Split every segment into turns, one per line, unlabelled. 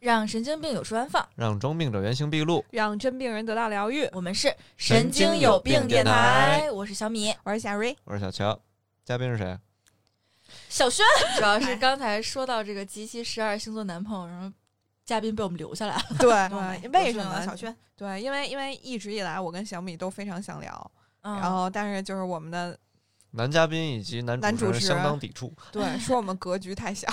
让神经病有处安放。
让装病者原形毕露。
让真病人得到疗愈。
我们是
神经有病电台
我是小米、
我是夏瑞，
我是小乔，嘉宾是谁？
小轩。哎主要是刚才说到这个集齐十二星座男朋友，然后嘉宾被我们留下来了。
对
买
嗯为
都
什
是
么
小轩？
对，因为因为一直以来我跟小米都非常想聊，
嗯
然后但是就是我 们的
男嘉宾以及男
男
主
主
人
持
相当抵触。
对说我们格局太小，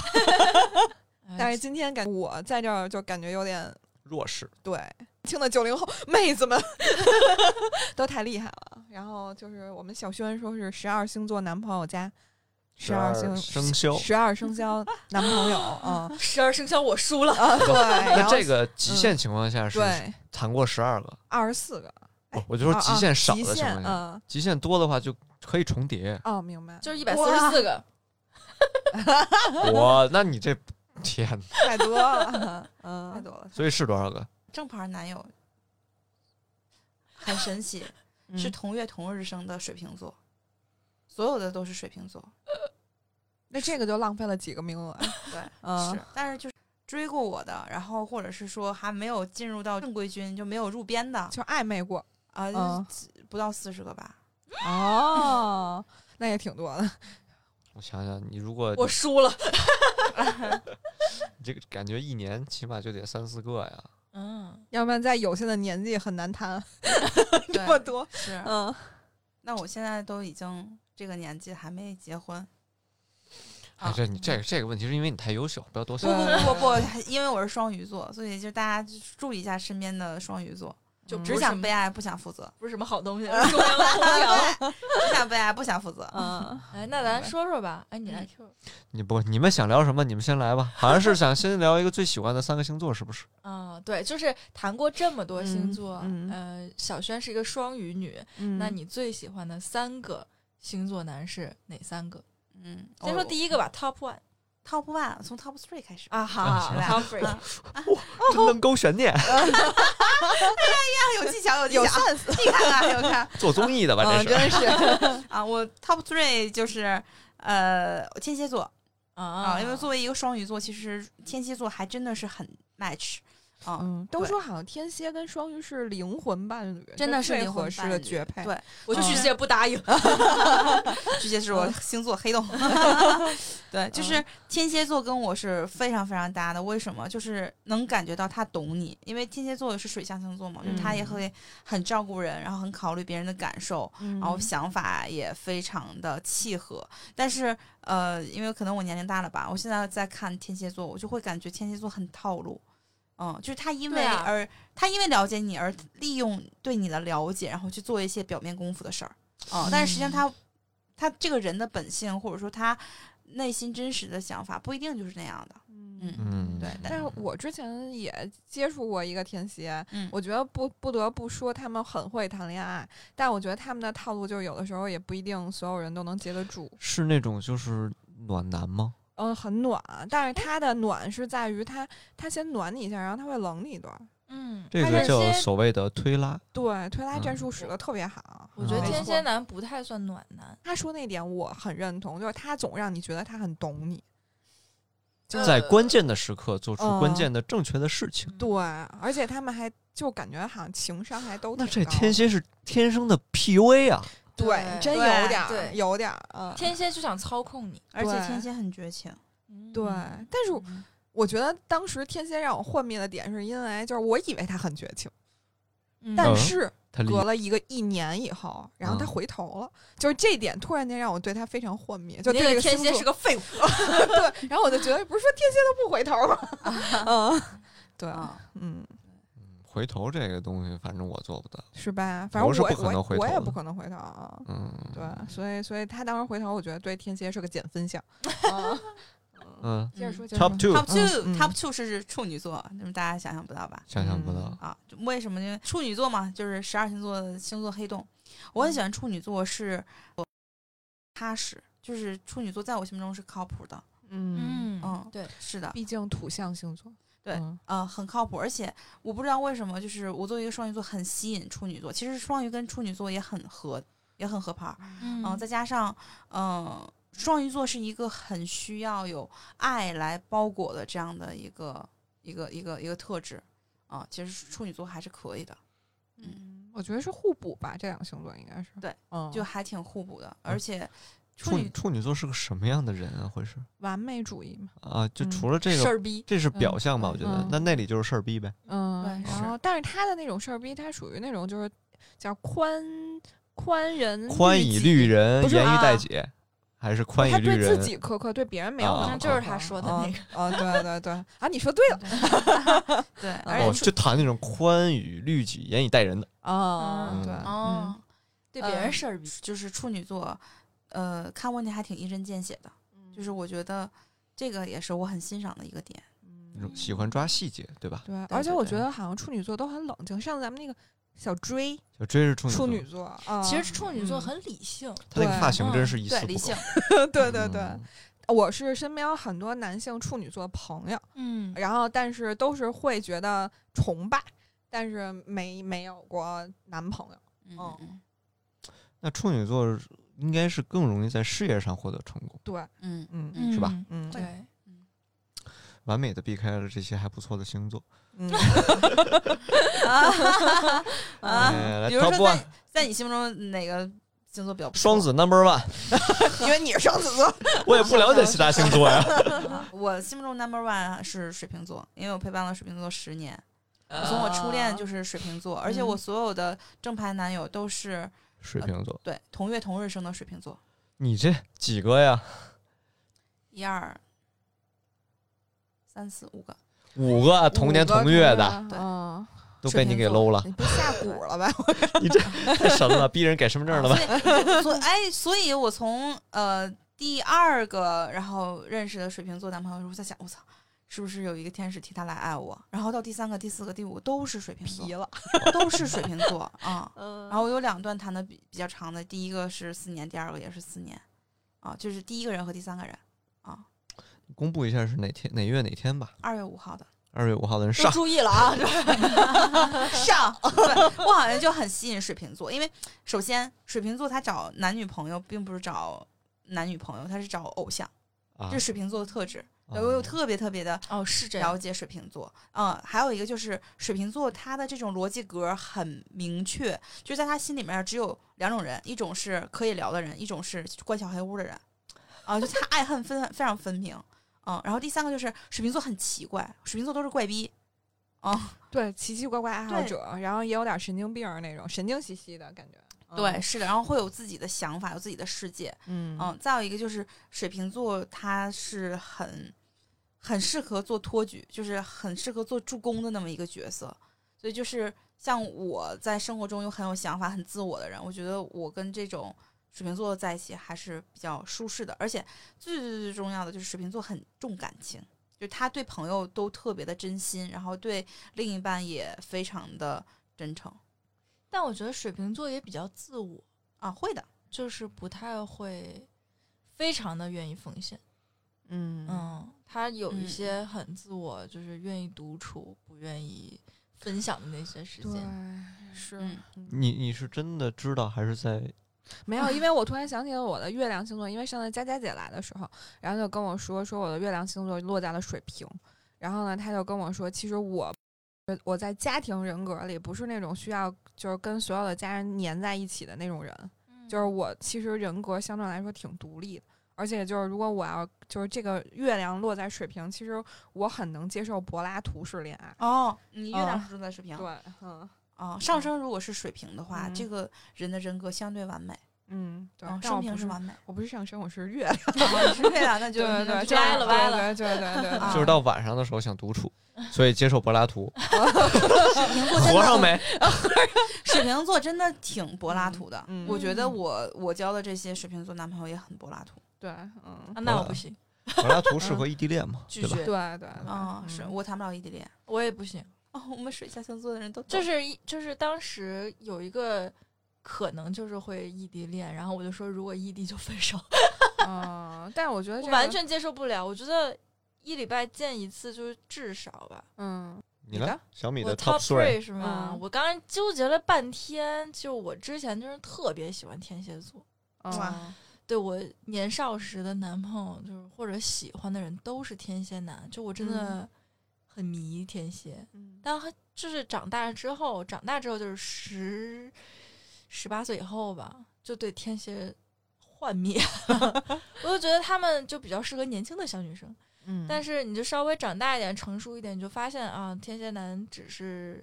哎、
但是今天感我在这儿就感觉有点
弱势，
对，听的九零后妹子们 都太厉害了。然后就是我们小轩说是十二星座男朋友加十二星
生肖
啊十二生肖男朋友啊
十二生肖我输了，
啊对，然
那
后
这个极限情况下是
嗯对
谈过十二个，
二十四个，哎
不我就说极限少
极
的情
限
况下，
嗯。
极限多的话就可以重叠
哦明白，
就是一百四十四个。
我，那你这天哪，
太多了， 嗯，
太多了。
所以是多少个？
正牌男友很神奇，
嗯
是同月同日生的水瓶座，所有的都是水瓶座。
那这个就浪费了几个名额，
对，
嗯
是，但是就是追过我的，然后或者是说还没有进入到正规军，就没有入编的啊
就暧昧过，嗯
就是不到四十 个吧。
哦，那也挺多的，
我想想，你如果
我输了。嗯
你这个感觉一年起码就得三四个呀。
啊
嗯，
要不然在有限的年纪很难谈这
对
么多，
是，
嗯，
那我现在都已经这个年纪还没结婚。
哎，
啊
这你这个这个问题是因为你太优秀，不要多
不
想。
不
对
不不不，因为我是双鱼座，所以就大家就注意一下身边的双鱼座，
就
嗯
不
只
是什
想
么
被爱，不想负责。
不是什么好东西，中央空调。
只想被爱，不想负责。
嗯，
哎，那咱说说吧。哎，你来 Q
你不，你们想聊什么？你们先来吧。好像是想先聊一个最喜欢的三个星座，是 不是？
啊？对，就是谈过这么多星座，
嗯
呃，小轩是一个双鱼女，
嗯
那你最喜欢的三个星座男是哪三个？
嗯，
先说第一个吧，Top One
top one，从 top three 开始。
啊，好
啊
好
行
，Top Three，
真能勾悬念，
有技巧，有技
有
巧， 你看看，有看
做综艺的吧？
嗯，
这是。
真是，
啊！我 top three 就是呃天蝎座啊，
啊
嗯
因为作为一个双鱼座，其实天蝎座还真的是很 match 啊，
嗯，都
对
说好像天蝎跟双鱼是灵魂伴侣，
真的是
最
灵魂
合适
伴
的
侣
绝配，
对
我就
嗯
巨蟹不答应。
巨蟹是我星座 黑洞。对，
嗯
就是天蝎座跟我是非常非常搭的。为什么？就是能感觉到他懂你，因为天蝎座是水象星座嘛，就他也
嗯
会很照顾人，然后很考虑别人的感受，
嗯
然后哦想法也非常的契合。但是呃，因为可能我年龄大了吧，我现在在看天蝎座，我就会感觉天蝎座很套路。嗯，就是他因为
对啊
而、他因为了解你而利用对你的了解，然后去做一些表面功夫的事儿。嗯，但是实际上他他这个人的本性或者说他内心真实的想法不一定就是那样的。
嗯
嗯，
对
但是我之前也接触过一个天蝎，
嗯
我觉得不不得不说他们很会谈恋爱，但我觉得他们的套路就是有的时候也不一定所有人都能接得住。
是那种就是暖男吗？
嗯，很暖，但
哎
是他的暖是在于他他先暖你一下，然后他会冷你一段儿。
嗯，
这
但
个
是
叫
天
所谓的推拉。
对，推拉战
嗯
术使得特别好。
我觉得
嗯
天蝎男不太算暖男，
他说那点我很认同，就是他总让你觉得他很懂你。
就是
在关键的时刻做出
嗯
关键的正确的事情。
嗯
对，而且他们还就感觉好像情商还都
那
挺
这
高
天蝎是天生的 PUA 啊！
对，真
对
有点儿，
对
有点儿，嗯，
呃天蝎就想操控你。
而且
对
天蝎很绝情。
对。
嗯
但是
嗯
我觉得当时天蝎让我幻灭的点，是因为就是我以为他很绝情，
嗯
但是
他理
隔了一个一年以后，然
嗯
后他回头了，就是这点突然间让我对他非常幻灭，就
你
对
那
这
个
星
天
座
蝎是个废物。
对，然后我就觉得不是说天蝎都不回头吗？嗯，对，
啊，
嗯，
回头这个东西，反正我做不到。
是吧？反正
我是
我
不可能
我
回
我
头
也
的
不可能回头啊。
嗯，
对，所以所以他当时回头，我觉得对天蝎是个减分项。啊
嗯
接着说，接着
，Top
说
Two，
Top
嗯
two，Top two 是处女座，你们大家想象不到吧？
想象不到
嗯。
啊，就为什么呢？处女座嘛，就是十二星座的星座黑洞。我很喜欢处女座是，我踏实，就是处女座在我心目中是靠谱的。
嗯，
嗯
对，
是的，
毕竟土象星座，
对
嗯
呃，很靠谱。而且我不知道为什么，就是我作为一个双鱼座，很吸引处女座。其实双鱼跟处女座也很合，也很合拍儿。
嗯
嗯、再加上，嗯、双鱼座是一个很需要有爱来包裹的这样的一个一个一个一个特质啊。其实处女座还是可以的，嗯，
我觉得是互补吧，这两个星座应该是
对，
嗯，
就还挺互补的。而且
嗯处
处
女
女
处女座是个什么样的人啊？会是
完美主义嘛，
啊，就
嗯
除了这
事
个，
儿逼，
这是表象吧？
嗯
我觉得
嗯
那那里就是事儿逼呗。
嗯，
对
然
是
后但是他的那种事儿逼，他属于那种就是叫宽宽人
宽
律
以
嗯己
律人，
不是
严以待
啊
己，还是宽以
他
律
对自
人？
己苛刻，对别人没有
啊
那
好
么
像
苛刻。
就是他说的那个
哦。哦，对对对，啊，你说对了
对，而
哦，
且
就谈那种宽以律己、严以待人的。
啊，
嗯
对，
哦
嗯，，
对别人事儿逼，
就是处女座，呃，看问题还挺一针见血的，就是我觉得这个也是我很欣赏的一个点。
那种喜欢抓细节，对吧？
对，
对
而且我
对
觉得好像处女座都很冷静。上次咱们那个小追
就追是处女
处
座，
女座，啊
其实处女座
嗯
很理性，
他那个
对
发型真
嗯
是一丝
对，
不
理
苟
性，
对对对，
嗯
我是身边有很多男性处女座朋友，
嗯，
然后但是都是会觉得崇拜，但是没没有过男朋友。
嗯
哦
嗯
那处女座应该是更容易在事业上获得成功，
对，
嗯
嗯
是吧
嗯？
嗯
对，
完美的避开了这些还不错的星座。
嗯，
嗯 啊，
哎来
比如
top
说
one，
在在你心目中哪个星座比较不错
双？子 number one，
因为你是双子座，
我也不了解其他星座呀。
啊我心目中 number one 是水瓶座，因为我陪伴了水瓶座十年，我从我初恋嗯就是水瓶座，而且我
嗯
所有的正牌男友都是
水瓶座，
对同月同日生的水瓶座，
你这几个呀？
一二三四五个。
五个啊同年同月的
五个同月
对
嗯，
都被你给
水瓶座
搂 了，
你不下蛊了吧？
你这太神了，逼人给身份证了吧？
啊所以，所以哎，所以我从呃第二个然后认识的水瓶座男朋友的时候，我在想，我操，是不是有一个天使替他来爱我？然后到第三个、第四个、第五个都是水瓶座
皮，了，
都是水瓶座啊。
呃
嗯
然后我有两段谈的比比较长的，第一个是四年，第二个也是四年，啊，就是第一个人和第三个人，
公布一下是哪天哪月哪天吧？
二月五号的
二月五号的人
都
上，
注意了啊，
上。对，我好像就很吸引水瓶座，因为首先水瓶座他找男女朋友并不是找男女朋友，他是找偶像，
啊
这是水瓶座的特质。
啊
我又特别特别的
哦，是这样
了，解水瓶座，嗯，还有一个就是水瓶座他的这种逻辑格很明确，就是在他心里面只有两种人，一种是可以聊的人，一种是关小黑屋的人，啊，就他爱恨分非常分明，嗯，然后第三个就是水瓶座很奇怪，水瓶座都是怪逼，啊，
对，奇奇怪怪爱好
对
者，然后也有点神经病儿那种，神经兮兮的感觉。嗯
对，，是的，然后会有自己的想法，有自己的世界，
嗯
嗯，再有一个就是水瓶座，他是很很适合做托举，就是很适合做助攻的那么一个角色。所以就是像我在生活中有很有想法、很自我的人，我觉得我跟这种水瓶座在一起还是比较舒适的。而且最最最重要的就是水瓶座很重感情，就他对朋友都特别的真心，然后对另一半也非常的真诚
但我觉得水瓶座也比较自我，
啊，会的，
就是不太会，非常的愿意奉献。
嗯
嗯，他有一
嗯
些很自我，就是愿意独处，不愿意分享的那些时
对
间。，啊
是
嗯
你你是真的知道还是在
没有，因为我突然想起了我的月亮星座，因为上次佳佳姐来的时候，然后就跟我说说我的月亮星座落在了水瓶，然后呢，她就跟我说，其实我呃我在家庭人格里不是那种需要就是跟所有的家人粘在一起的那种人，就是我其实人格相对来说挺独立的，而且就是如果我要就是这个月亮落在水瓶，其实我很能接受柏拉图式恋爱。
哦，你月亮
嗯
是住在水瓶，
对，嗯
啊、上升如果是水平的话，
嗯
这个人的人格相对完美，
嗯，对，
啊，
但
生
我
平
不
是
是
完美。
我不是上升，我是月
啊你是月亮，那就
对 对对，就是
就
歪了歪了
对对对对 对，
啊
就是到晚上的时候想独处，所以接受柏拉 图，
水瓶座真
合上
的，
没？
水瓶座真的挺柏拉图的。
嗯嗯
我觉得我我交的这些水瓶座男朋友也很柏拉图。
对，嗯
啊，，那我不行，
柏拉图适合异地恋嘛，
拒
对吧？
对
绝，
对对
哦
嗯
啊、是我谈不了异地恋。
我也不行。
哦，我们水下星座的人都
就是是一就是当时有一个可能就是会异地恋，然后我就说如果异地就分手，
嗯，但我觉得
我
这
完
个
全接受不了。我觉得一礼拜见一次就是至少吧。
嗯，
你
你
呢
的？
小米
我
的 top three，
是吗？
嗯
我刚才纠结了半天，就我之前就是特别喜欢天蝎座，
哇
嗯
对我年少时的男朋友就是或者喜欢的人都是天蝎男，就我真的很迷天蝎，
嗯，
但他就是长大之后，长大之后就是十十八岁以后吧，就对天蝎幻灭。 我就觉得他们就比较适合年轻的小女生，
嗯
但是你就稍微长大一点、成熟一点，你就发现啊，天蝎男只是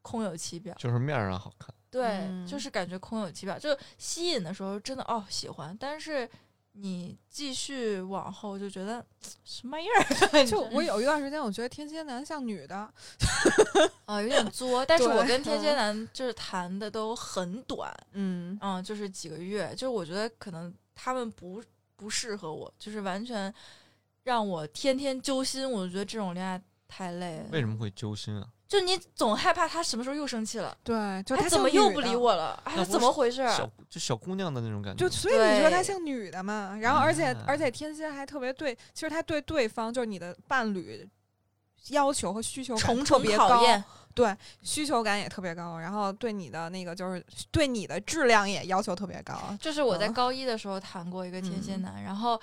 空有其表。
就是面儿上好看。
对，
嗯
就是感觉空有其表，就吸引的时候真的哦喜欢，但是你继续往后就觉得什么玩意儿，
就我有一段时间，我觉得天蝎男像女的，
啊、有点作。但是
对
我跟天蝎男就是谈的都很短，
嗯
嗯，就是几个月，就是我觉得可能他们不不适合我，就是完全让我天天揪心。我觉得这种恋爱太累了，
为什么会揪心啊？
就你总害怕他什么时候又生气了，
对，就
哎，
他
怎么又不理？我了？哎，
那
他
不
怎
是
么回事儿？
小就小姑娘的那种感觉
就。所以你说他
对嗯
像女的嘛？然后而且、
啊
而且天蝎还特别对，其实他对对方就是你的伴侣要求和需求感
重
特
重
别
考
高，
验，
对需求感也特别高，然后对你的那个就是对你的质量也要求特别高。
就是我在
嗯
高一的时候谈过一个天蝎男，然后，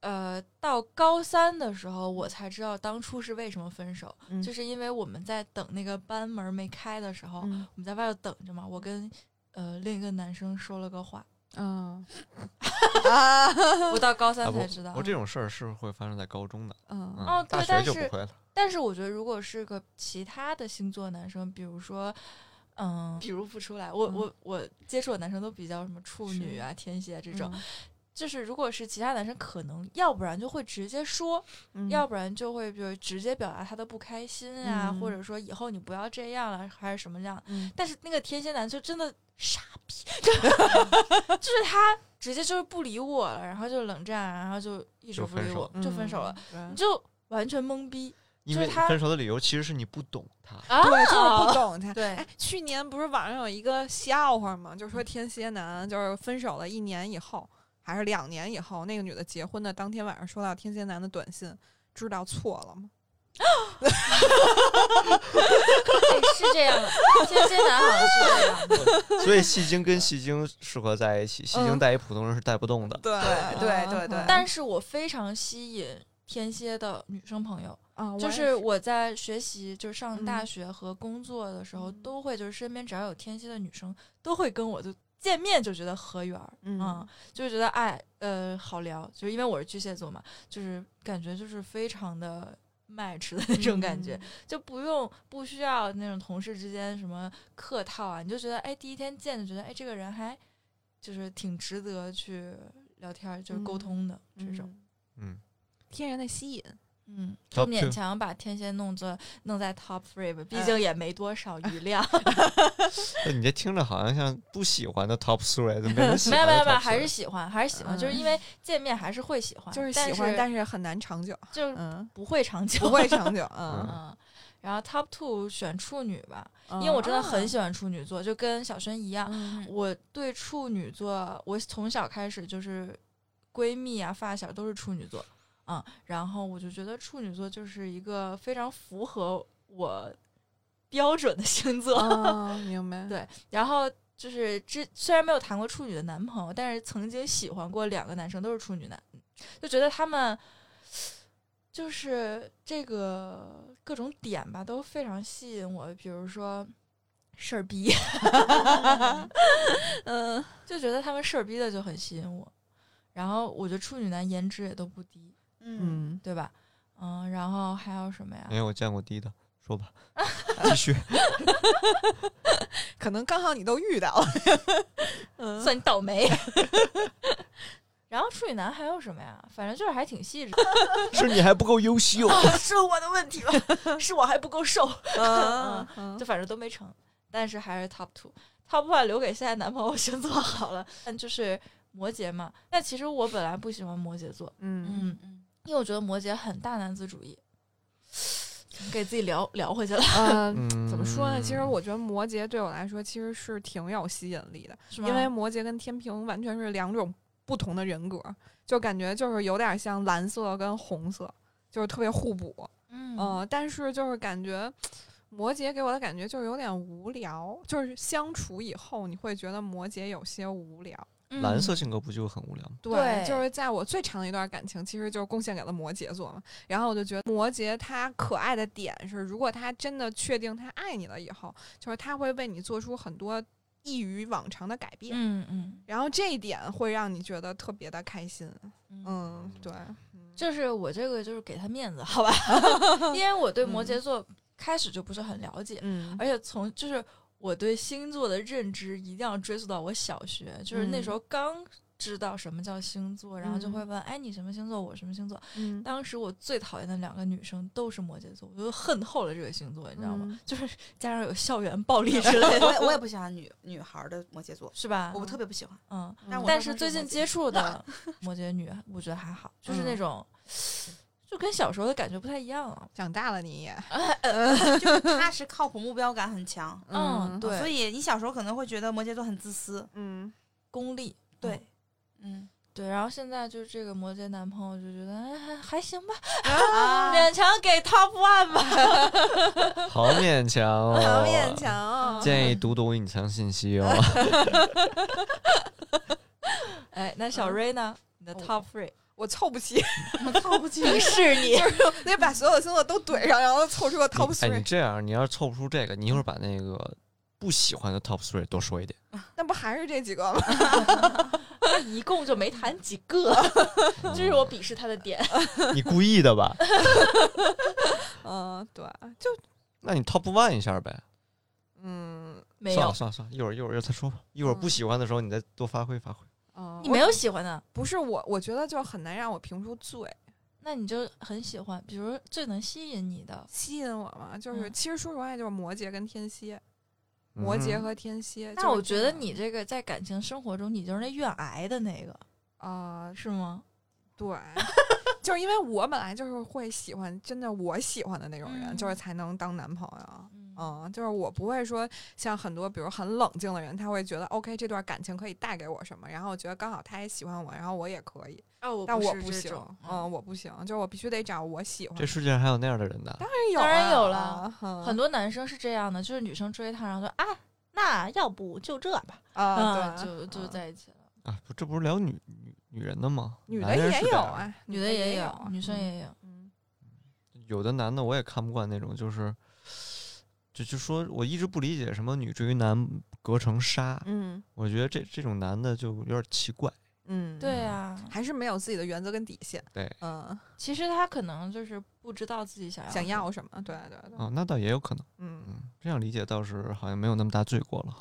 呃，到高三的时候我才知道当初是为什么分手，
嗯
就是因为我们在等那个班门没开的时候，
嗯
我们在外头等着嘛，我跟呃另一个男生说了个 话，
嗯啊
我到高三
啊不
才知道。
我这种事儿是会发生在高中的，嗯
嗯
哦对
大学
但
就不
是
会了。
但是我觉得如果是个其他的星座男生，比如说。嗯，比如不出来，我
嗯
我我接触的男生都比较什么处
是嗯
女啊、天蝎这
这
种，就是如果是其他男生，可能要不然就会直接说，
嗯
要不然就会比如直接表达他的不开心啊，
嗯
或者说以后你不要这样了，还是什么样。
嗯
但是那个天蝎男就真的傻逼， 就就是他直接就是不理我了，然后就冷战，啊然后就一直
就
不理
分手
我，就分手了，，
嗯
你 就完全懵逼
因
就
为
是
你
他
分手的理由其实是你不懂他。
啊！
对，就是不懂他。
对嗯
哎，去年不是网上有一个笑话嘛，就说天蝎男就是分手了一年以后，还是两年以后，那个女的结婚的当天晚上收到天蝎男的短信，知道错了吗？
哎是这样的，天蝎男 啊好像是这样的。
所以戏精跟戏精适合在一起，戏精
嗯
带一普通人是带不动的。
对嗯
对对对
但是我非常吸引天蝎的女生朋友，
啊，我
就
也
是我在学习，就是上
嗯
大学和工作的时候，
嗯
都会就是身边只要有天蝎的女生，都会跟我就见面就觉得合缘儿，
嗯
就是觉得哎呃好聊，就是因为我是巨蟹座嘛，就是感觉就是非常的 match 的那种
嗯
感觉，，就不用不需要那种同事之间什么客套啊，你就觉得哎第一天见就觉得哎这个人还就是挺值得去聊天儿，就是沟
嗯
通的、
嗯
这种。
嗯，
天然的吸引，
嗯，就
Top
勉
two
强把天蝎弄做弄在 top three 吧，毕
嗯
竟也没多少余量。
那你这听着好像像不喜欢的 top three，怎么没 人喜
没
欢
有
的
没有没
top three？
有，还是喜欢，还是喜欢，
嗯
就是因为见面还是会喜欢，
就是
啊但
喜欢，但
是
是很难长久，
就是
嗯，
不会长久，
不会长久，嗯，
嗯。然后 top two 选处女吧，
嗯
因为我真的很喜欢处女座，就跟小轩一
啊
样，
嗯
我对处女座，我从小开始就是闺蜜啊、发小都是处女座，嗯，然后我就觉得处女座就是一个非常符合我标准的星座，
啊，嗯明白，
对然后就是之虽然没有谈过处女的男朋友，但是曾经喜欢过两个男生都是处女男，就觉得他们就是这个各种点吧都非常吸引我，比如说事儿逼，
嗯，
就觉得他们事儿逼的就很吸引我。然后我觉得处女男颜值也都不低，
嗯，
嗯，
对吧？嗯，然后还有什么呀
没？有，我见过低的，说 吧，继续。
可能刚好你都遇到了， 嗯
算你倒霉。然后处女男还有什么呀？反正就是还挺细致的。
是你还不够优秀。
啊，是我的问题吧？是我还不够瘦，
嗯嗯
就反正都没成，但是还是 top two。top one 留给现在男朋友先做好了，但就是摩羯嘛。但其实我本来不喜欢摩羯座，
嗯
嗯
嗯
因为我觉得摩羯很大男子主义，给自己聊聊回去了，
嗯，
嗯，
怎么说呢？其实我觉得摩羯对我来说其实是挺有吸引力的，
是吗？
因为摩羯跟天平完全是两种不同的人格，就感觉就是有点像蓝色跟红色，就是特别互补。
嗯
嗯、但是就是感觉摩羯给我的感觉就是有点无聊，就是相处以后你会觉得摩羯有些无聊。
嗯
蓝色性格不就很无聊 吗？
对
就是在我最长的一段感情，其实就是贡献给了摩羯座嘛。然后我就觉得摩羯他可爱的点是，如果他真的确定他爱你了以后，就是他会为你做出很多异于往常的改变，
嗯嗯
然后这一点会让你觉得特别的开心。
嗯
嗯，对，
就是我这个就是给他面子，好吧？因为我对摩羯座开始就不是很了解，
嗯
而且从就是我对星座的认知一定要追溯到我小学，就是那
嗯
时候刚知道什么叫星座，然后就会问，哎，你什么星座？我什么星座？
嗯
当时我最讨厌的两个女生都是摩羯座，我就恨透了这个星座，你知道吗？
嗯
就是加上有校园暴力 之类
我也
的，
我也不喜欢女女孩儿的摩羯座，
是吧？
我特别不喜欢。
嗯，
但我
但
当
是
时
最
是摩
近
羯
接触 的摩羯女，我觉得还好，就是那
嗯
种。就跟小时候的感觉不太一样了，
长大了你也，
就是踏实、靠谱、目标感很强。
嗯，对，
所以你小时候可能会觉得摩羯座很自私，
嗯，
功利，
对，嗯，
对，然后现在就这个摩羯男朋友就觉得，哎，还还行吧，
啊
勉强给 top one 吧。
好勉强哦，
好勉。强 哦。
建议读读隐藏信息 哦。
哎，那小瑞呢？你的
我
top three
我凑不齐，
我靠 不起。
哦鄙视你
就是得把所有的星座都怼上，然后凑出个 top
你哎，你
three，
这样，你要是凑不出这个，你一会儿把那个不喜欢的 top three 多说一点。
那不还是这几个吗？
一共就没谈几个， 这是我鄙视他的 点。
嗯你故意的吧？
嗯，对，就
那你 top one 一下 呗。
嗯，
没
算
有
了，算了算了，一会儿一会儿一会儿再说吧。一会儿不喜欢的时候你再多发挥发挥。
哦
你没有喜欢的，
不是我，我觉得就很难让我评出最
那你就很喜欢，比如最能吸引你的，
吸引我嘛，就是、
嗯
其实说实话就是摩羯跟天蝎，摩羯
嗯
和天蝎。
那我觉得你这个在感情生活中，你就是那愿挨的那个，
啊、呃
是吗？
对， 就是因为我本来就是会喜欢真的我喜欢的那种人，
嗯
就是才能当男朋友。
嗯
嗯，就是我不会说像很多比如很冷静的人，他会觉得 OK 这段感情可以带给我什么，然后我觉得刚好他也喜欢我，然后我也可以，
啊，我
但我
是
不
这
行
种，
嗯，我不行，就是我必须得找我喜欢的嗯
这。世界上还有那样的人的，
当
当然
然
有
有
了
了，
很
很
多男生是这样的，就是女生追他，然后说啊，那要不就这吧，
啊，对，
就就
嗯
在一起了。
啊，不，这不是聊女女女人的吗？
女的
男人
也
是这
有
样，
啊，
女的也
也
有
啊，
女生也有。
嗯
有的男的我也看不惯那种，就是就就说我一直不理解什么女追男隔层纱，
嗯
我觉得这这种男的就有点奇怪。
嗯，
对啊，
还是没有自己的原则跟底线。
对，
嗯，
其实他可能就是不知道自己想要
想
什
要
么
什么？对对对，
哦，那倒也有可能，
嗯
嗯，这样理解倒是好像没有那么大罪过了。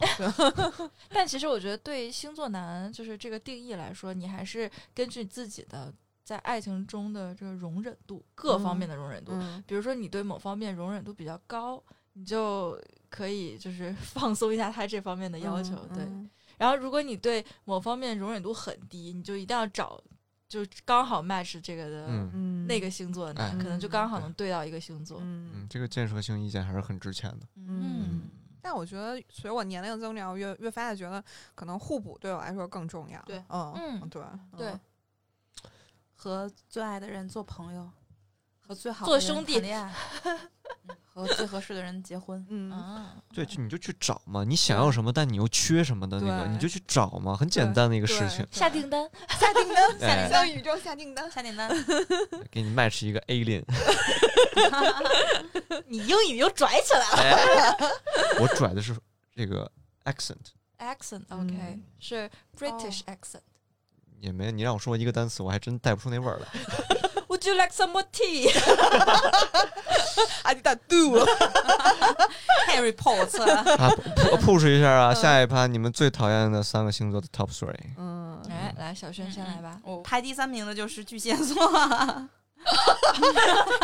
但其实我觉得，对星座男就是这个定义来说，你还是根据自己的在爱情中的这个容忍度，各方面的容忍度。
嗯
比如说，你对某方面容忍度比较高，你就可以就是 放松一下他这方面的要求。对，
嗯
然后如果你对某方面容忍度很低，你就一定要找就刚好 match 这个的
嗯
嗯
那个星座的男，
哎
可能就刚好
对
能对到一个星座。
嗯
嗯，。
这个建设性意见还是很值钱的。
嗯，
但我觉得随我年龄增长，越越发的觉得可能互补对我来说更重要。
对，嗯
嗯，对
对
嗯
和最爱的人做朋友，和最好的
做
人
兄弟
谈恋爱，嗯和最合适的人结婚。
嗯，
啊，
对，就你就去找嘛，你想要什么，但你又缺什么的那个，
对
你就去找嘛，很简单的一个事
对
情，
下 订单，
下订单，
哎
下向宇宙下 订单。
下订单，
给你 match 一个 alien。
哎
你英语又拽起来了。
哎我拽的是这个 accent，
Accent，OK，、
嗯
是 British accent。
也没你让我说一个单词，我还真带不出那味儿来。
Would you like some more tea？
阿迪达 杜，
看
嗯
report，
啊，pu-，push 一下
嗯
啊！下一盘你们最讨厌的三个星座的 top three，
嗯，
哎，来，小轩先来吧。
我排第三名的就是巨蟹座，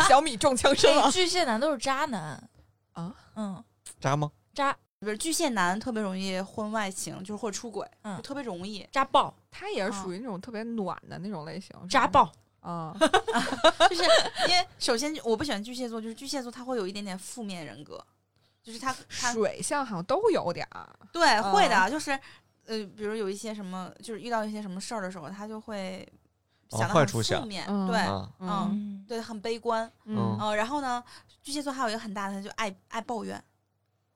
小米中枪身
这
亡。
哎巨蟹男都是渣男
啊，
嗯，
渣吗？
渣
不是巨蟹男特别容易婚外情，就是或者出轨，
嗯
就特别 容易。
渣爆，
他也是属于那种特别暖的那种类型，是
渣
吧
嗯爆，
啊，
就是因为首先我不喜欢巨蟹座，就是巨蟹座他会有一点点负面人格，就是他他
水象好像都有点儿。
对
嗯
会的，就是呃，比如有一些什么，就是遇到一些什么事儿的时候，他就会
哦
想的
坏
很
处想
负面，
嗯
对、
啊，
嗯
嗯，
对，很悲观。
嗯
嗯、然后呢，巨蟹座还有一个很大的，他就爱爱抱怨，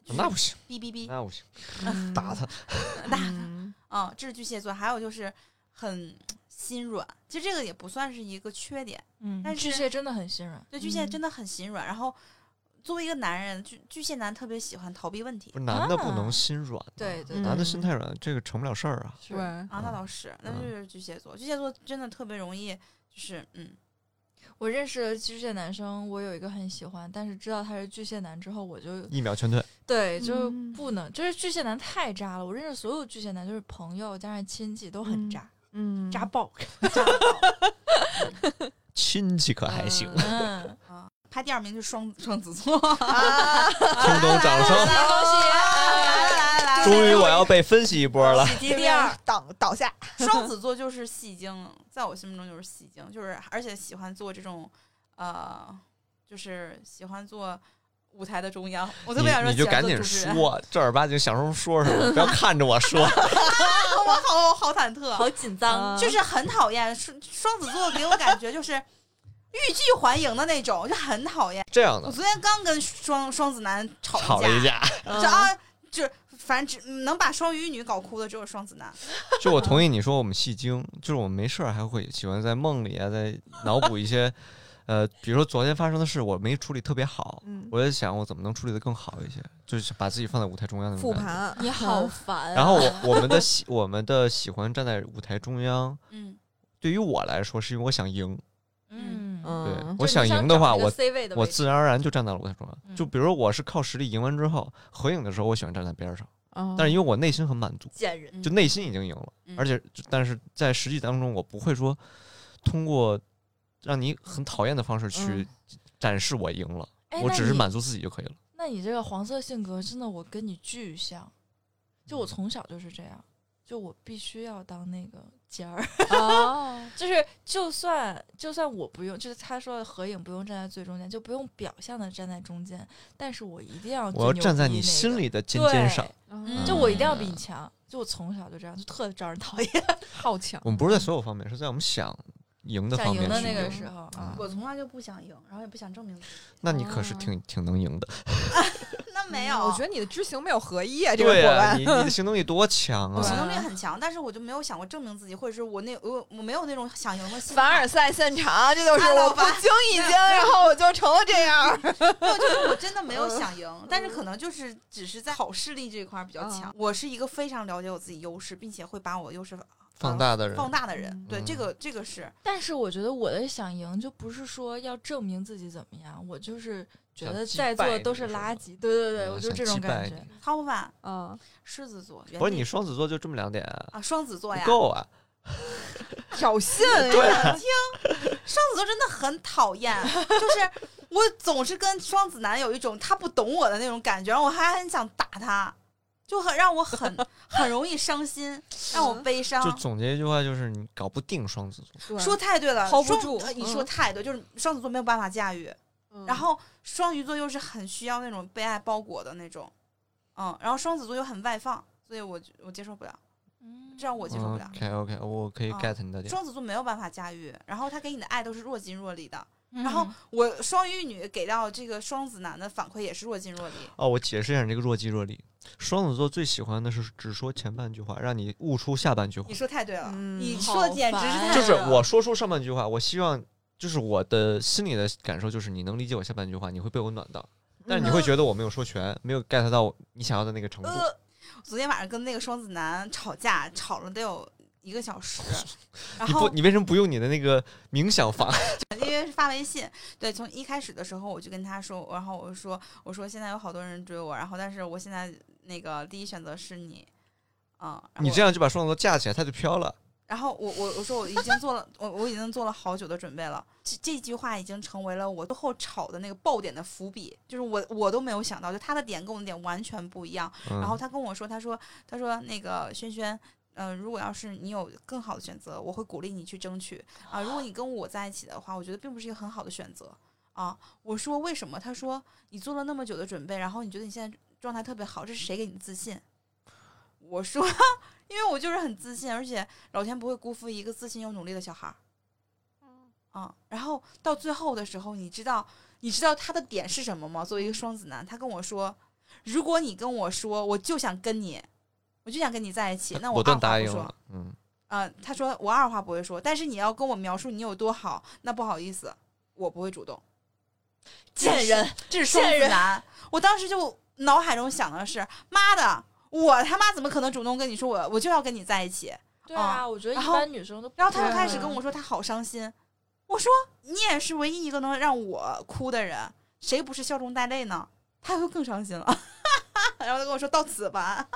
哦那不行，
哔哔哔，
那不行，
嗯
打他！
那
嗯
嗯，这是巨蟹座。还有就是很心软，其实这个也不算是一个缺点。
嗯
但
巨
是
蟹真的很心软，
对，巨蟹
嗯
真的很心软。然后作为一个男人，巨巨蟹男特别喜欢逃避问题
不是男的不
啊
能心软、
对嗯对
男的
对
心太软，这个成不了事儿啊。
是
对，
啊，那倒是，那
嗯
就是巨蟹座。巨蟹座真的特别容易，就是嗯，
我认识的巨蟹男生，我有一个很喜欢，但是知道他是巨蟹男之后，我就
一秒劝退，
对就
嗯
不能，就是巨蟹男太渣了。我认识所有巨蟹男，就是朋友加上亲戚都很
嗯
渣，
嗯，
渣爆。
渣爆
亲戚可还行，
嗯，
啊。排第二名就是双双子座， 嗯
听懂掌声。
恭喜
来来来，
终于我要被分析一波了。
第第
啊
二，
倒倒下，
双子座就是戏精，在我心目中就是戏精，就是而且喜欢做这种，呃，就是喜欢做舞台的中央。我特别想
你
说
你就
喜欢
赶
做
紧
主持人，
说，正儿八经想什么说什么，不要看着我说。
我好好忐忑，
好紧张，
啊
就是很讨厌双双子座给我感觉就是欲拒还迎的那种，就很讨厌。
这样
我
的
昨天刚跟双双子男吵
吵了一架，
就啊，就是反正只嗯能把双鱼女搞哭的只有双子男。
就我同意你说我们戏精，就是我们没事儿还会喜欢在梦里啊，在脑补一些，呃，比如说昨天发生的事，我没处理特别好，
嗯，
我在想我怎么能处理的更好一些，就是把自己放在舞台中央那种
复
感觉。
盘，
你好烦啊。
然后我我们的喜我们的喜欢站在舞台中央，
嗯，
对于我来说是因为我想赢，
嗯，
嗯，
对
嗯，
我想赢的话，我
C 位的
我
位置
自然而然就站到了舞台中央。
嗯
就比如说我是靠实力赢完之后，合影的时候我喜欢站在边儿上，
嗯
但是因为我内心很满足，
贱人，
嗯
就内心已经赢了，
嗯
而且就但是在实际当中我不会说通过让你很讨厌的方式去
嗯
展示我赢了，
哎
我
那
只是
你
满足自己就可以了。
那你这个黄色性格真的，我跟你巨像，就我从小就是这样，就我必须要当那个尖 儿，
哦，
就是就算就算我不用，就是他说的合影不用站在最中间，就不用表象的站在中间，但是我一定要
我要站在你
心
心
里
里的尖尖上。
嗯
就我一定要比你强，就我从小就这样，就特招人讨厌，
好强，
我们不是在所有方面，是在我们想赢的
想
方
赢
面
的
去
那个
赢嗯
时候啊，
我从来就不想赢，然后也不想证明自己。
那你可是挺挺能赢的。
那没有，
嗯我觉得你的知行没有合一啊，这
对
位伙
呀、
伴
你，你的行动力多强
我行
啊！
动力很强，但是我就没有想过证明自己，或者是我那我我没有那种想赢的心态。
凡尔赛现场，这就是
啊老
我不
樊
经意间，然后我就成了这样。
没有，就是我真的没有想赢，但是可能就是只是在考视力这一块儿比较强。
嗯
我是一个非常了解我自己优势，并且会把我优势
放大的人，
放大的人
嗯。
对，
嗯
这个这个是
但是我觉得我的想赢就不是说要证明自己怎么样，我就是觉
想
得
击
在座
败
都
你
是
是
垃
吧
圾，对对对，
嗯
我就
想
这种
击
感
败
觉。
超凡
嗯，
狮子座，原
不是
地
你双子座就这么两点啊，
啊，双子座呀
不。够啊！
挑衅，
双子座真的很讨厌，就是我总是跟双子男有一种他不懂我的那种感觉，然后我还很想打他，就很让我很很容易伤心，让我悲伤
嗯
就。总结一句话，就是你搞不定双子座，
对
说太对了
hold 不
双
住
呃你说
嗯
太对，就是双子座没有办法驾驭，然后双鱼座又是很需要那种被爱包裹的那种，嗯，然后双子座又很外放，所以我我接受不了，嗯这让我接受不了。
OK OK，我可以
啊
get 你的点。
双子座没有办法驾驭，然后他给你的爱都是若即若离的，
嗯
然后我双鱼女给到这个双子男的反馈也是若即若离，
哦，我解释一下你这个若即若离。双子座最喜欢的是只说前半句话，让你悟出下半句话
你。说太对了，
嗯
你说的简直是
好
太
烦
就
对啊
是
了
我说出上半句话，我希望就是我的心里的感受就是你能理解我下半句话，你会被我暖到，
嗯
但是你会觉得我没有说全，没有 get 到我你想要的那个程度。
呃，昨天晚上跟那个双子男吵架，吵了得有一个 小时，然
你
后
不，你为什么不用你的那个冥想 法？
因为是发微信，对，从一开始的时候我就跟他说，然后我就说，我说现在有好多人追我，然后但是我现在那个第一选择是你，嗯，然后
你
我
这样就把双子座架起来，他就飘了。
然后我我我说我已经做了，我我已经做了好久的准备了。这这句话已经成为了我最后吵的那个爆点的伏笔，就是我我都没有想到，就他的点跟我的点完全不一样。
嗯、
然后他跟我说，他说他说那个轩轩。嗯、如果要是你有更好的选择，我会鼓励你去争取啊、如果你跟我在一起的话，我觉得并不是一个很好的选择啊。我说为什么？他说你做了那么久的准备，然后你觉得你现在状态特别好，这是谁给你的自信？我说，因为我就是很自信，而且老天不会辜负一个自信又努力的小孩儿。啊，然后到最后的时候，你知道你知道他的点是什么吗？作为一个双子男，他跟我说，如果你跟我说，我就想跟你，我我就想跟你在一起，那我
果断
二话
答
不
应
说
了。。嗯，
呃，他说我二话不会说，但是你要跟我描述你有多好，那不好意思，我不会主动。
贱人，
这是双
贱
子
人
男。我当时就脑海中想的是，妈的，我他妈怎么可能主动跟你说我我就要跟你在一起？
对啊，我觉得
哦然
一
后
般女生都不会。啊
然后他就
对
开始跟我说他好伤心。我说你也是唯一一个能让我哭的人，谁不是笑中带泪呢？他又更伤心了。 然后他跟我说到此吧，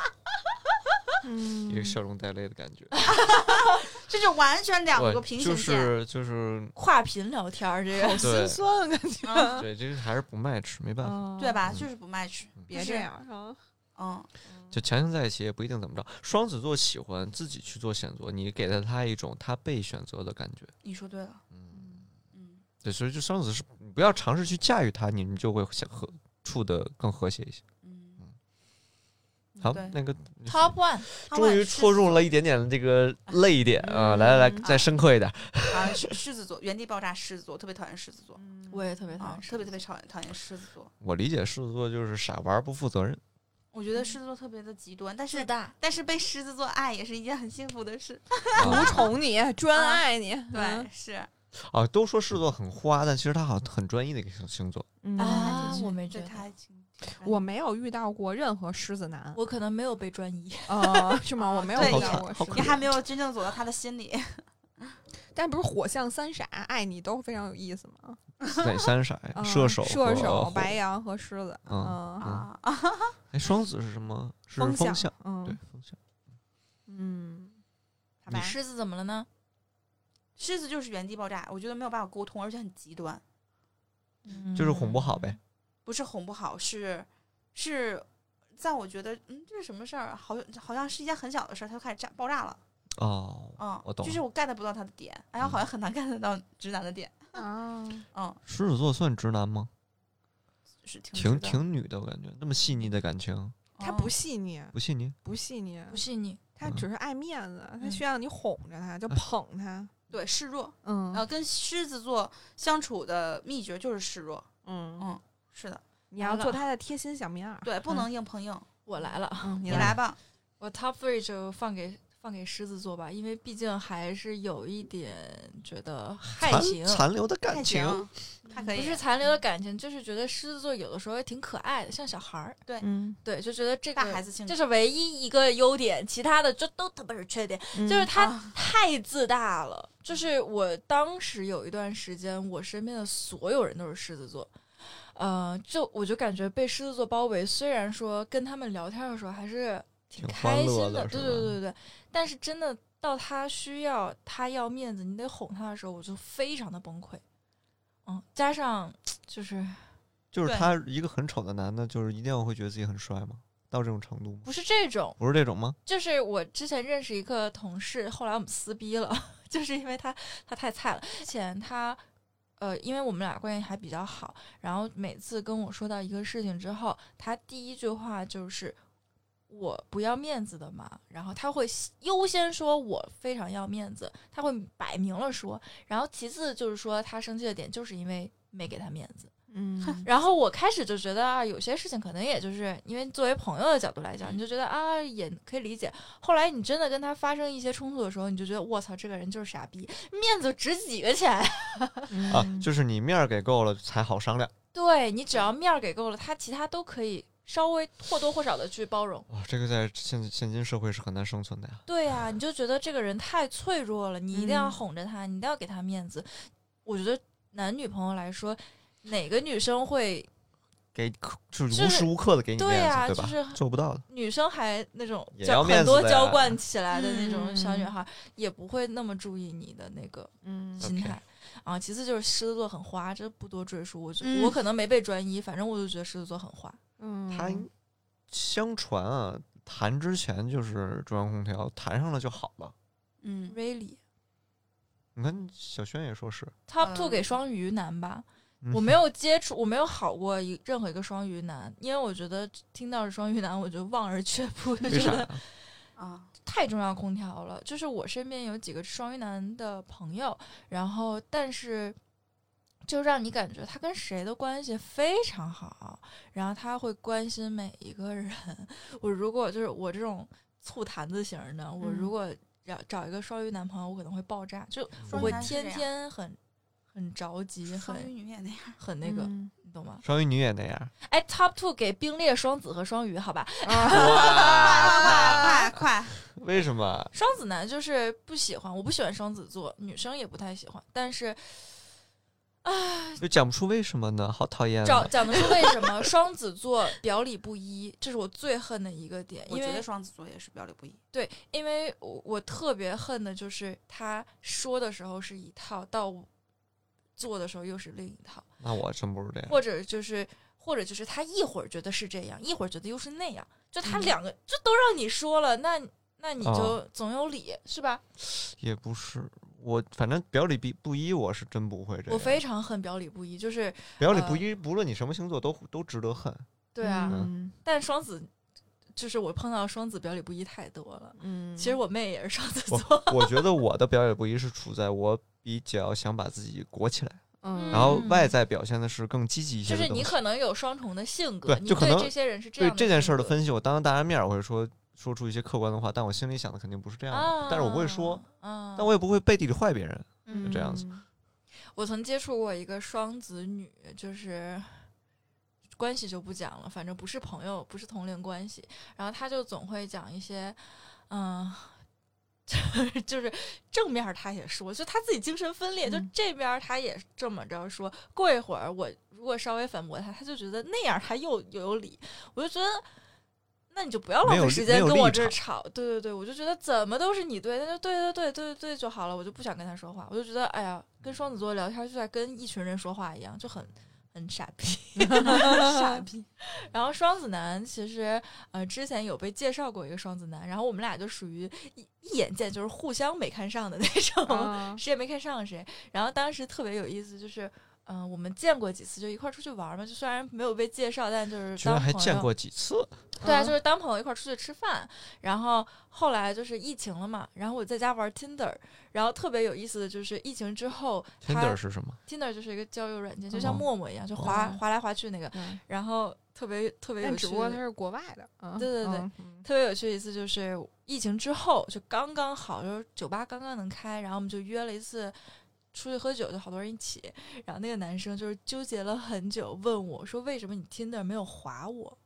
一个
嗯，
笑容带泪的感
哎
觉。
这就完全两
我
个平行
就
线。
是就是，
跨频聊天儿，这个
对
心酸的感觉，
嗯
对，这个还是不 match，没办法。
对吧？
嗯
就是不 match，别
别
这
这
样。
样啊，
嗯，
就强行在一起也不一定怎么着。双子座喜欢自己去做选择，你给了他一种他被选择的感觉。
你说对了。
嗯，
嗯，
对，所以就双子是你不要尝试去驾驭他，你们就会想和处的更和谐一些。
嗯，
好
对，
那个
top one，
他
终
问
于
狮
戳
子
中了一点点这个泪点啊！来来来，
嗯
再深刻一点。
啊，狮狮子座原地爆炸，狮子座特别讨厌狮子座，
嗯
我也特别讨
啊
嗯厌，狮
特别
子
特别讨厌讨厌狮子座。
我理解狮子座就是傻玩儿不负 责任，
我觉得
嗯
狮子座特别的极端，但
自
是
大，
但是被狮子座爱也是一件很幸福的事。
独
啊
宠你，专爱你，
对，是
啊，都说狮子座很花，但其实他好像很专一的一个星星座。
嗯
啊
就是
我没
对
觉
他
得
还挺挺
我没有遇到过任何狮子男，
我可能没有被专一。
呃，是吗？我没有
对
遇
你
到过狮
好
子
可
你
怜
男，
还没有真正走到他的心里。
但不是火象三傻爱你都非常有意思吗？
哪三傻呀？哎
嗯
射手、
射手、
白
白羊和狮子，
嗯
嗯，
啊啊，
哎，双子是什么？是
风
风
象
象，，对
嗯
风象。
嗯，好
你
吧，
狮子怎么了呢？
狮子就是原地爆炸，我觉得没有办法沟通，而且很极端，
就是哄不好呗
嗯。
不是哄不好，是是。在我觉得，嗯，这是什么事儿？好，像好像是一件很小的事儿，他就开始炸爆炸了。
哦，
嗯，
我懂
就是我 get 不到他的点，哎呀，
嗯
好像很难 get 得到直男的点。
啊，
嗯，
狮子座算直男吗？
是挺直
挺
的，
挺女的，我感觉那么细腻的感情，
他
嗯
不细腻，
不细腻。
不细腻，
不信你，
他只是爱面子，他
嗯
需要你哄着他，就
哎
捧他，
对示弱。
嗯
呃，跟狮子座相处的秘诀就是示弱。
嗯，
嗯，是的，
你要
来
做
了
他的贴心小棉袄，
对，哎不
嗯
能硬碰硬。
我来了，
嗯，你
你来
来，
吧，
我 top three 就放给放给狮子座吧，因为毕竟还是有一点觉得害情
残。残留的感
太行
情，，
他可
不
以。啊嗯
是残留的感情，就是觉得狮子座有的时候也挺可爱的，像小孩儿。
嗯，
对，就觉得这个
大孩子性格
这是唯一一个优点，其他的就都他妈是缺点。
嗯
就是他
啊
太自大了。就是我当时有一段时间，我身边的所有人都是狮子座，呃，就我就感觉被狮子座包围。虽然说跟他们聊天的时候还是挺
挺
开
欢乐
心
的
对对
是吧
对对对，但是真的到他需要他要面子，你得哄他的时候，我就非常的崩溃。嗯，加上就是
就是
对
他一个很丑的男的，就是一定要会觉得自己很帅吗？到这种程度吗？
不是这种，
不是这种吗？
就是我之前认识一个同事，后来我们撕逼了， 就是因为他他太菜了。之前他呃，因为我们俩关系还比较好，然后每次跟我说到一个事情之后，他第一句话就是“我不要面子的嘛”，然后他会优先说我非常要面子，他会摆明了说，然后其次就是说他生气的点就是因为没给他面子。
嗯，
然后我开始就觉得啊，有些事情可能也就是因为作为朋友的角度来讲，你就觉得啊也可以理解。后来你真的跟他发生一些冲突的时候，你就觉得我操，这个人就是傻逼，面子值几个钱？
嗯
啊，就是你面儿给够了才好商量。
对你只要面儿给够了，他其他都可以稍微或多或少的去包容。
哇，这个在现现今社会是很难生存的呀。
对呀、你就觉得这个人太脆弱了，你一定要
嗯
哄着他，你一定要给他面子。我觉得男女朋友来说，哪个女生会
给
就
就是无
是
时无刻的给你
对
面
呀
子，对
就是
吧？做不到的。
女生还那种
也
娇
要面
很
子
多
的
娇
呀
惯起来的那种
嗯
小女孩，也不会那么注意你的那个
嗯
心态。啊，其次就是狮子座很花，这不多赘述。我觉、
嗯
我可能没被专一，反正我就觉得狮子座很花。
嗯，
他相传啊，谈之前就是中央空调，谈上了就好了。
嗯，
Really
你看小轩也说是，
top two
嗯
给双鱼男吧，
嗯
我没有接触，我没有好过一任何一个双鱼男，因为我觉得听到是双鱼男，我就望而却步，就
为
觉
啥
得
呀？
啊，
太中央空调了。就是我身边有几个双鱼男的朋友，然后但是就让你感觉他跟谁的关系非常 好，然后他会关心每一个人。我如果就是我这种醋坛子型儿的，我
嗯
如果找找一个双鱼男朋友，我可能会爆炸，就
双鱼
我
男是
天
这样
天很很着急，
双鱼
很
女也 那样。
很那个，
嗯
你懂吗？
双鱼女也那样。
哎，Top Two 给并列双子和双鱼，好吧？
快快快啊快！
为 什么？
双子男就是不喜欢，我不喜欢双子座，女生也不太喜欢，但是
就讲不出为什么呢？好讨
嗯
厌、
讲
啊！
讲的是为什么双子座表里不一，这是我最恨的一个点，
我
因
觉
为
得双子座也是表里不一。
对，因为我我特别恨的就是他说的时候是一套，到做的时候又是另一套，
那我真不是这
嗯
样。
或者就是或者就是他一会儿觉得是这样，一会儿觉得又是那样，就他
嗯
两个、就都让你说了，那那你就
哦
总有理、是吧？
也不是，我反正表里不不一，我是真不会这样。
我非呃常恨表里不一，就是
表里不一，不论你什么星座都都值得恨。
对啊，
嗯
但双子就是我碰到双子表里不一太多了。
嗯，
其实我妹也是双子
我
座，
我觉得我的表里不一是处在我比较想把自己裹起来，
嗯，
然后
嗯
外在表现的是更积极一些
就
的
是
东
你
西。
可能有双重的性格，
对
你
就可
对
能
这些人是这
对
样的
这件事儿的
性格
分析，我当着大家面儿我会说说出一些客观的话，但我心里想的肯定不是这样的，
啊，
但是我不会说，
啊，
但我也不会背地里坏别人。
嗯
就这样子
嗯
我曾接触过一个双子女，就是关系就不讲了，反正不是朋友，不是同龄关系。然后她就总会讲一些，嗯、 就是正面儿她也说，就她自己精神分裂，就
嗯
这边儿她也这么着说。过一会儿我如果稍微反驳她，她就觉得那样她又又有理，我就觉得。那你就不要浪
没有
费
立
时间
没有
跟我
立
这儿吵，
场
对对对，我就觉得怎么都是你对，那就对对对对对对就好了，我就不想跟他说话，我就觉得哎呀，跟双子座聊天就在跟一群人说话一样，就很很傻逼。
傻逼！
然后双子男其实呃之前有被介绍过一个双子男，然后我们俩就属于一一眼见就是互相没看上的那种，
啊
谁也没看上谁。然后当时特别有意思，就是嗯、呃我们见过几次，就一块儿出去玩嘛，就虽然没有被介绍，但就是
居
当
然还
朋
见
友
过几次，
对啊，
嗯
就是当朋友一块儿出去吃饭，然后后来就是疫情了嘛，然后我在家玩 Tinder，然后特别有意思的就是疫情之后，它
Tinder 是什么？
Tinder 就是一个交友软件，就像
哦
陌陌一样，就滑
哦
滑来滑去那个，
对
然后特别特别有
但
趣
只不过
的
它。是国外的，嗯
对对对，
嗯
特别有趣的一次就是疫情之后，就刚刚好，就是酒吧刚刚能开，然后我们就约了一次出去喝酒，就好多人一起。然后那个男生就是纠结了很久，问我说：“为什么你 Tinder 没有划我？”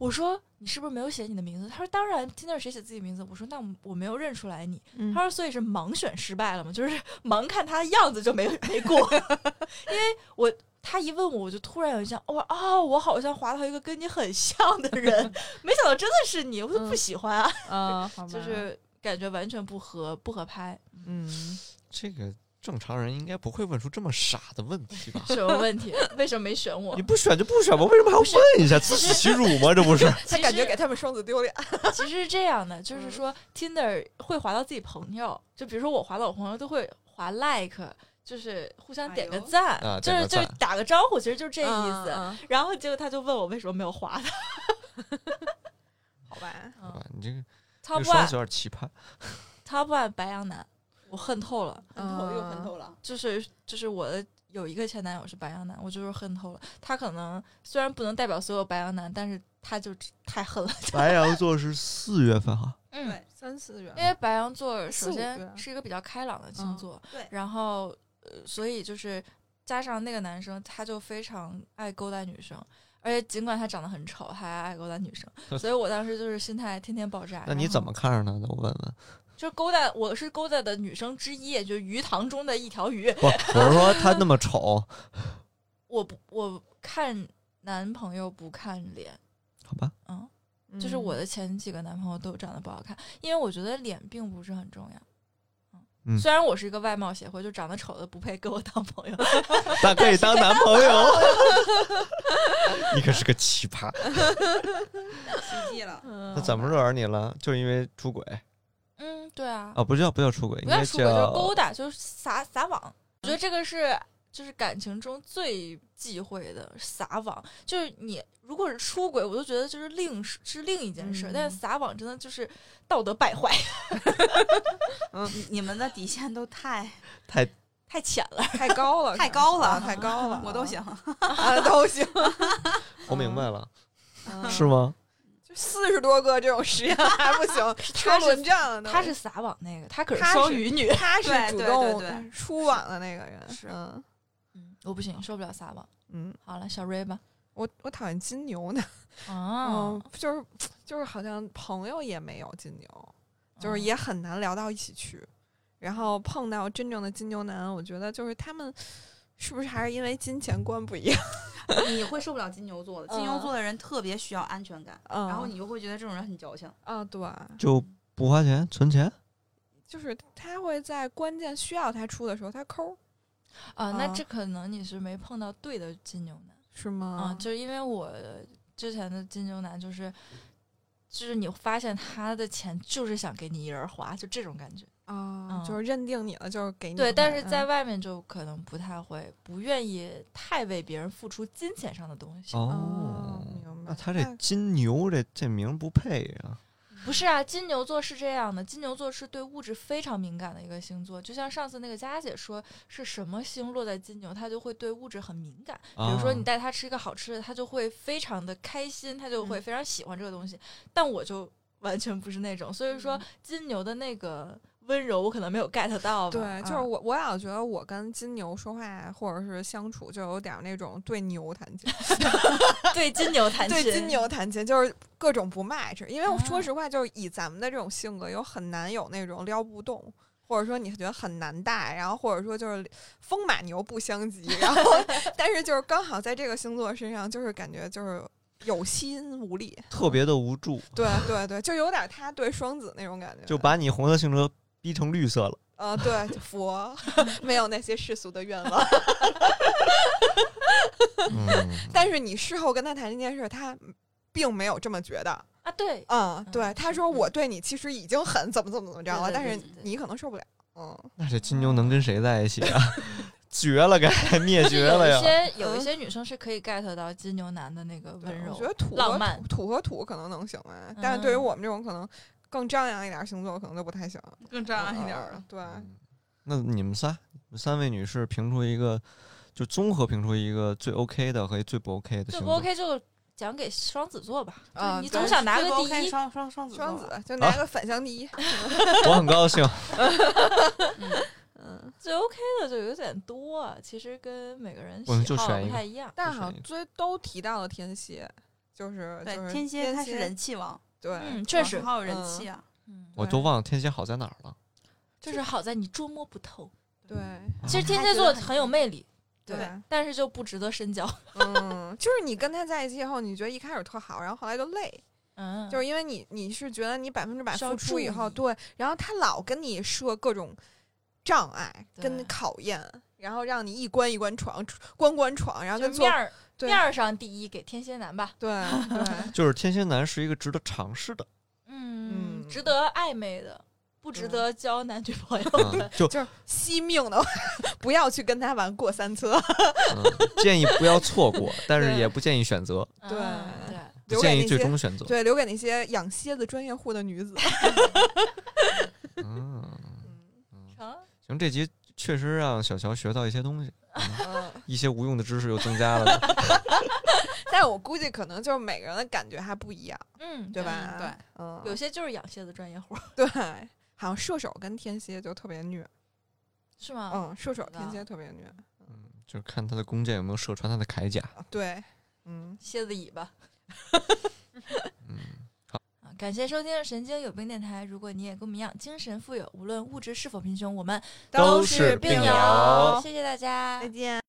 我说：“你是不是没有写你的名字？”他说：“当然，Tinder 谁写自己名字？”我说：“那我我没有认出来你。”
嗯
他说：“所以是盲选失败了吗？就是盲看他的样子就没没 过，因为我他一问我，我就突然有印象，我说哦，我好像划到一个跟你很像的人， 没想到真的是你，我就不喜欢啊，
啊，好吧
就是感觉完全不合不合 拍，？
嗯，
这个正常人应该不会问出这么傻的问题 吧
什么问题？为什么没选我
你？不选就不选吧，为什么还要问一下？自取其辱吗？这不 是？
其实
他们双子丢脸，
其实是这样的，就是
嗯
说 Tinder 会划到自己朋友，就比如说我划到我朋友都会划 like。”就是互相点个
哎呦
赞，
啊
就
点
是
个
就是
赞
打个招呼，其实就是这
这
意思。然后结果他就问我为什么没有划他。
好吧，
好吧啊你这个这
嗯 Top
个双
One
子有点奇葩。
Top One 白羊男，我恨透了。
很透又很透了。
就是就是我的有一个前男友是白羊男，我就是恨透了。他可能虽然不能代表所有白羊男，但是他就太恨了。
白羊座是四月份哈，
嗯，
三四月
因为白羊座
四
首
五
先
个
是一个比较开朗的星
嗯
座，
对
然后呃，所以就是加上那个男生，他就非常爱勾搭女生。而且尽管他长得很丑，他还爱勾搭女 生，所以我当时就是心态天天爆炸。
那你
然后
怎么看上他的？我问问。
就是勾搭？我是勾搭的女生之一，就是鱼塘中的一条鱼。
不，我是说他那么丑，
我不，我看男朋友不看脸，
好吧？
嗯，就是我的前几个男朋友都长得不好看，因为我觉得脸并不是很重要。嗯
嗯
虽然我是一个外貌协会，就长得丑的不配跟我当朋友，
但可以当男朋 友。你可是个奇葩，
奇迹 了，
嗯
那怎么惹你了？就是因为出轨
嗯，对啊，
啊？不叫不叫出轨，应
不要
该
出轨就是勾
叫
搭，就是撒撒网。我觉
嗯
得这个是就是感情中最忌讳的撒网，就是你如果是出轨，我就觉得就是另是另一件事，
嗯
但是撒网真的就是道德败坏，
嗯你你们的底线都太
太
太浅了。
太高了，
太高了
啊太高 了，
我都行，
啊，都行，
我明白了，
嗯
是吗？
就四十多个这种实验 还不行，车
他是
轮战了都。
他是撒网那个，他可是
他是
双鱼女。
他是
对
主
对对
动
对
出网的那个人，
是
嗯
嗯，我不行，受不了撒网。
嗯，
好了，小瑞吧。
我我讨厌金牛男，
哦
嗯，，就是就是好像朋友也没有金牛，
嗯
就是也很难聊到一起去。然后碰到真正的金牛男，我觉得就是他们是不是还是因为金钱观不一样？
你会受不了金牛座的，金牛座的人特别需要安全感，
嗯，
然后你就会觉得这种人很矫情。
啊，对，
就不花钱存钱，
就是他会在关键需要他出的时候他抠，
啊，那
啊
这可能你是没碰到对的金牛男
是吗
啊，？就是因为我之前的金牛男就是。就是你发现他的钱就是想给你一人花，就这种感觉。
啊
嗯，
就是认定你了，就是给你买。
对，但是在
嗯
外面就可能不太会，不愿意太为别人付出金钱上的东西。
哦明白
那他这金牛这这名儿不配呀、
不是啊，金牛座是这样的，金牛座是对物质非常敏感的一个星座。就像上次那个佳姐说，是什么星落在金牛，他就会对物质很敏感。比如说你
啊
带他吃一个好吃的，他就会非常的开心，他就会
嗯
非常喜欢这个东西。但我就完全不是那种，所以
嗯
说金牛的那个温柔，我可能没有 get 到吧。
对，就是
啊
我，我老觉得我跟金牛说话或者是相处，就有点儿那种对牛弹琴，
嗯对金牛弹琴，
对金牛弹琴，就是各种不 match。因为我
啊
说实话，就是以咱们的这种性格，有很难有那种撩不动。或者说你觉得很难带，然后或者说就是风马牛不相及，然后但是就是刚好在这个星座身上，就是感觉就是有心无力，
特别的无 助，
对对对，就有点他对双子那种感觉，
就把你红色性格逼成绿色 了。
呃，对，佛 没有那些世俗的愿望。
嗯，
但是你事后跟他谈这件事，他并没有这么觉得。
啊，对，
嗯，对，
嗯
他说我对你其实已经很怎么怎么怎么着了，
对对
但是
对对对
你可能受不了。嗯，
那这金牛能跟谁在一起啊？ 绝了该，灭绝了
有一
呀！
些有一些女生是可以 get 到金牛男的那个温柔，
嗯我觉得土
浪
和
漫嗯
土土和土可能能行吧，但是对于我们这种可能更张扬一点儿星座，可能就不太行。
更张
嗯
哦
嗯。对，
那你们仨，你们三位女士评出一个，就综合评出一个最 OK 的和最不 OK 的
最
星
不
座。
OK 就讲给双子座吧，
嗯
就你
对
总想拿个第
最不 OK
一。
双双双子座
双子就拿个反向第一。
我很 高兴，
嗯，
最 OK 的就有点多，啊其实跟每个人
我们
喜
就
好
选
不
一个
太一样。
但
是
好像最都提到了天蝎，就是
对
就是
天蝎他是
蝎
人气王，
对，
嗯，确实
很，好有人气啊。
嗯，
我都忘了天蝎好在哪 儿了。
就是好在你捉摸不透。
对，
其实天蝎
他觉
座
得很
很有魅力，对
对，
但是就不值得深 交。
嗯，就是你跟他在一起以后，你觉得一开始特好，然后后来就累，
嗯，
就是因为你你是觉得你百分之百
需要
付出以后，
注
对，然后他老跟你设各种障碍
对
跟考验，然后让你一关一关闯，关关闯，然后
就
跟
是
做
面儿
对
面儿上第一给天蝎男吧。
对 对
就是天蝎男是一个值得尝试 的，
嗯，
嗯
值得暧昧的，不值
对
得交男女朋友的。
嗯、就、
就是惜命的， 不要去跟他玩过三次，
嗯、建议不要错过，但是
对
也不建议选择，
嗯
对
对，
不
留给
建议
那
最
些
终选择。
对留给那些养蝎子专业户 的女子。
嗯，
成。
行，这集确实让小乔学到一些东西，
嗯，
一些无用的知识又增加了。
但我估计可能就是每个人的感觉还不一样，
嗯，
对吧？
对，
嗯，
有些就是养蝎子专业户，
对，好像射手跟天蝎就特别虐，
是吗？
嗯，射手
知道
天蝎特别虐，
嗯，就是看他的弓箭有没有射穿他的铠甲。
啊对，嗯，
蝎子尾巴。
嗯，
啊，感谢收听《神经有病电台》。如果你也跟我们一样精神富有，无论物质是否贫穷，我们
都是病
病
友
谢谢大家，
再见。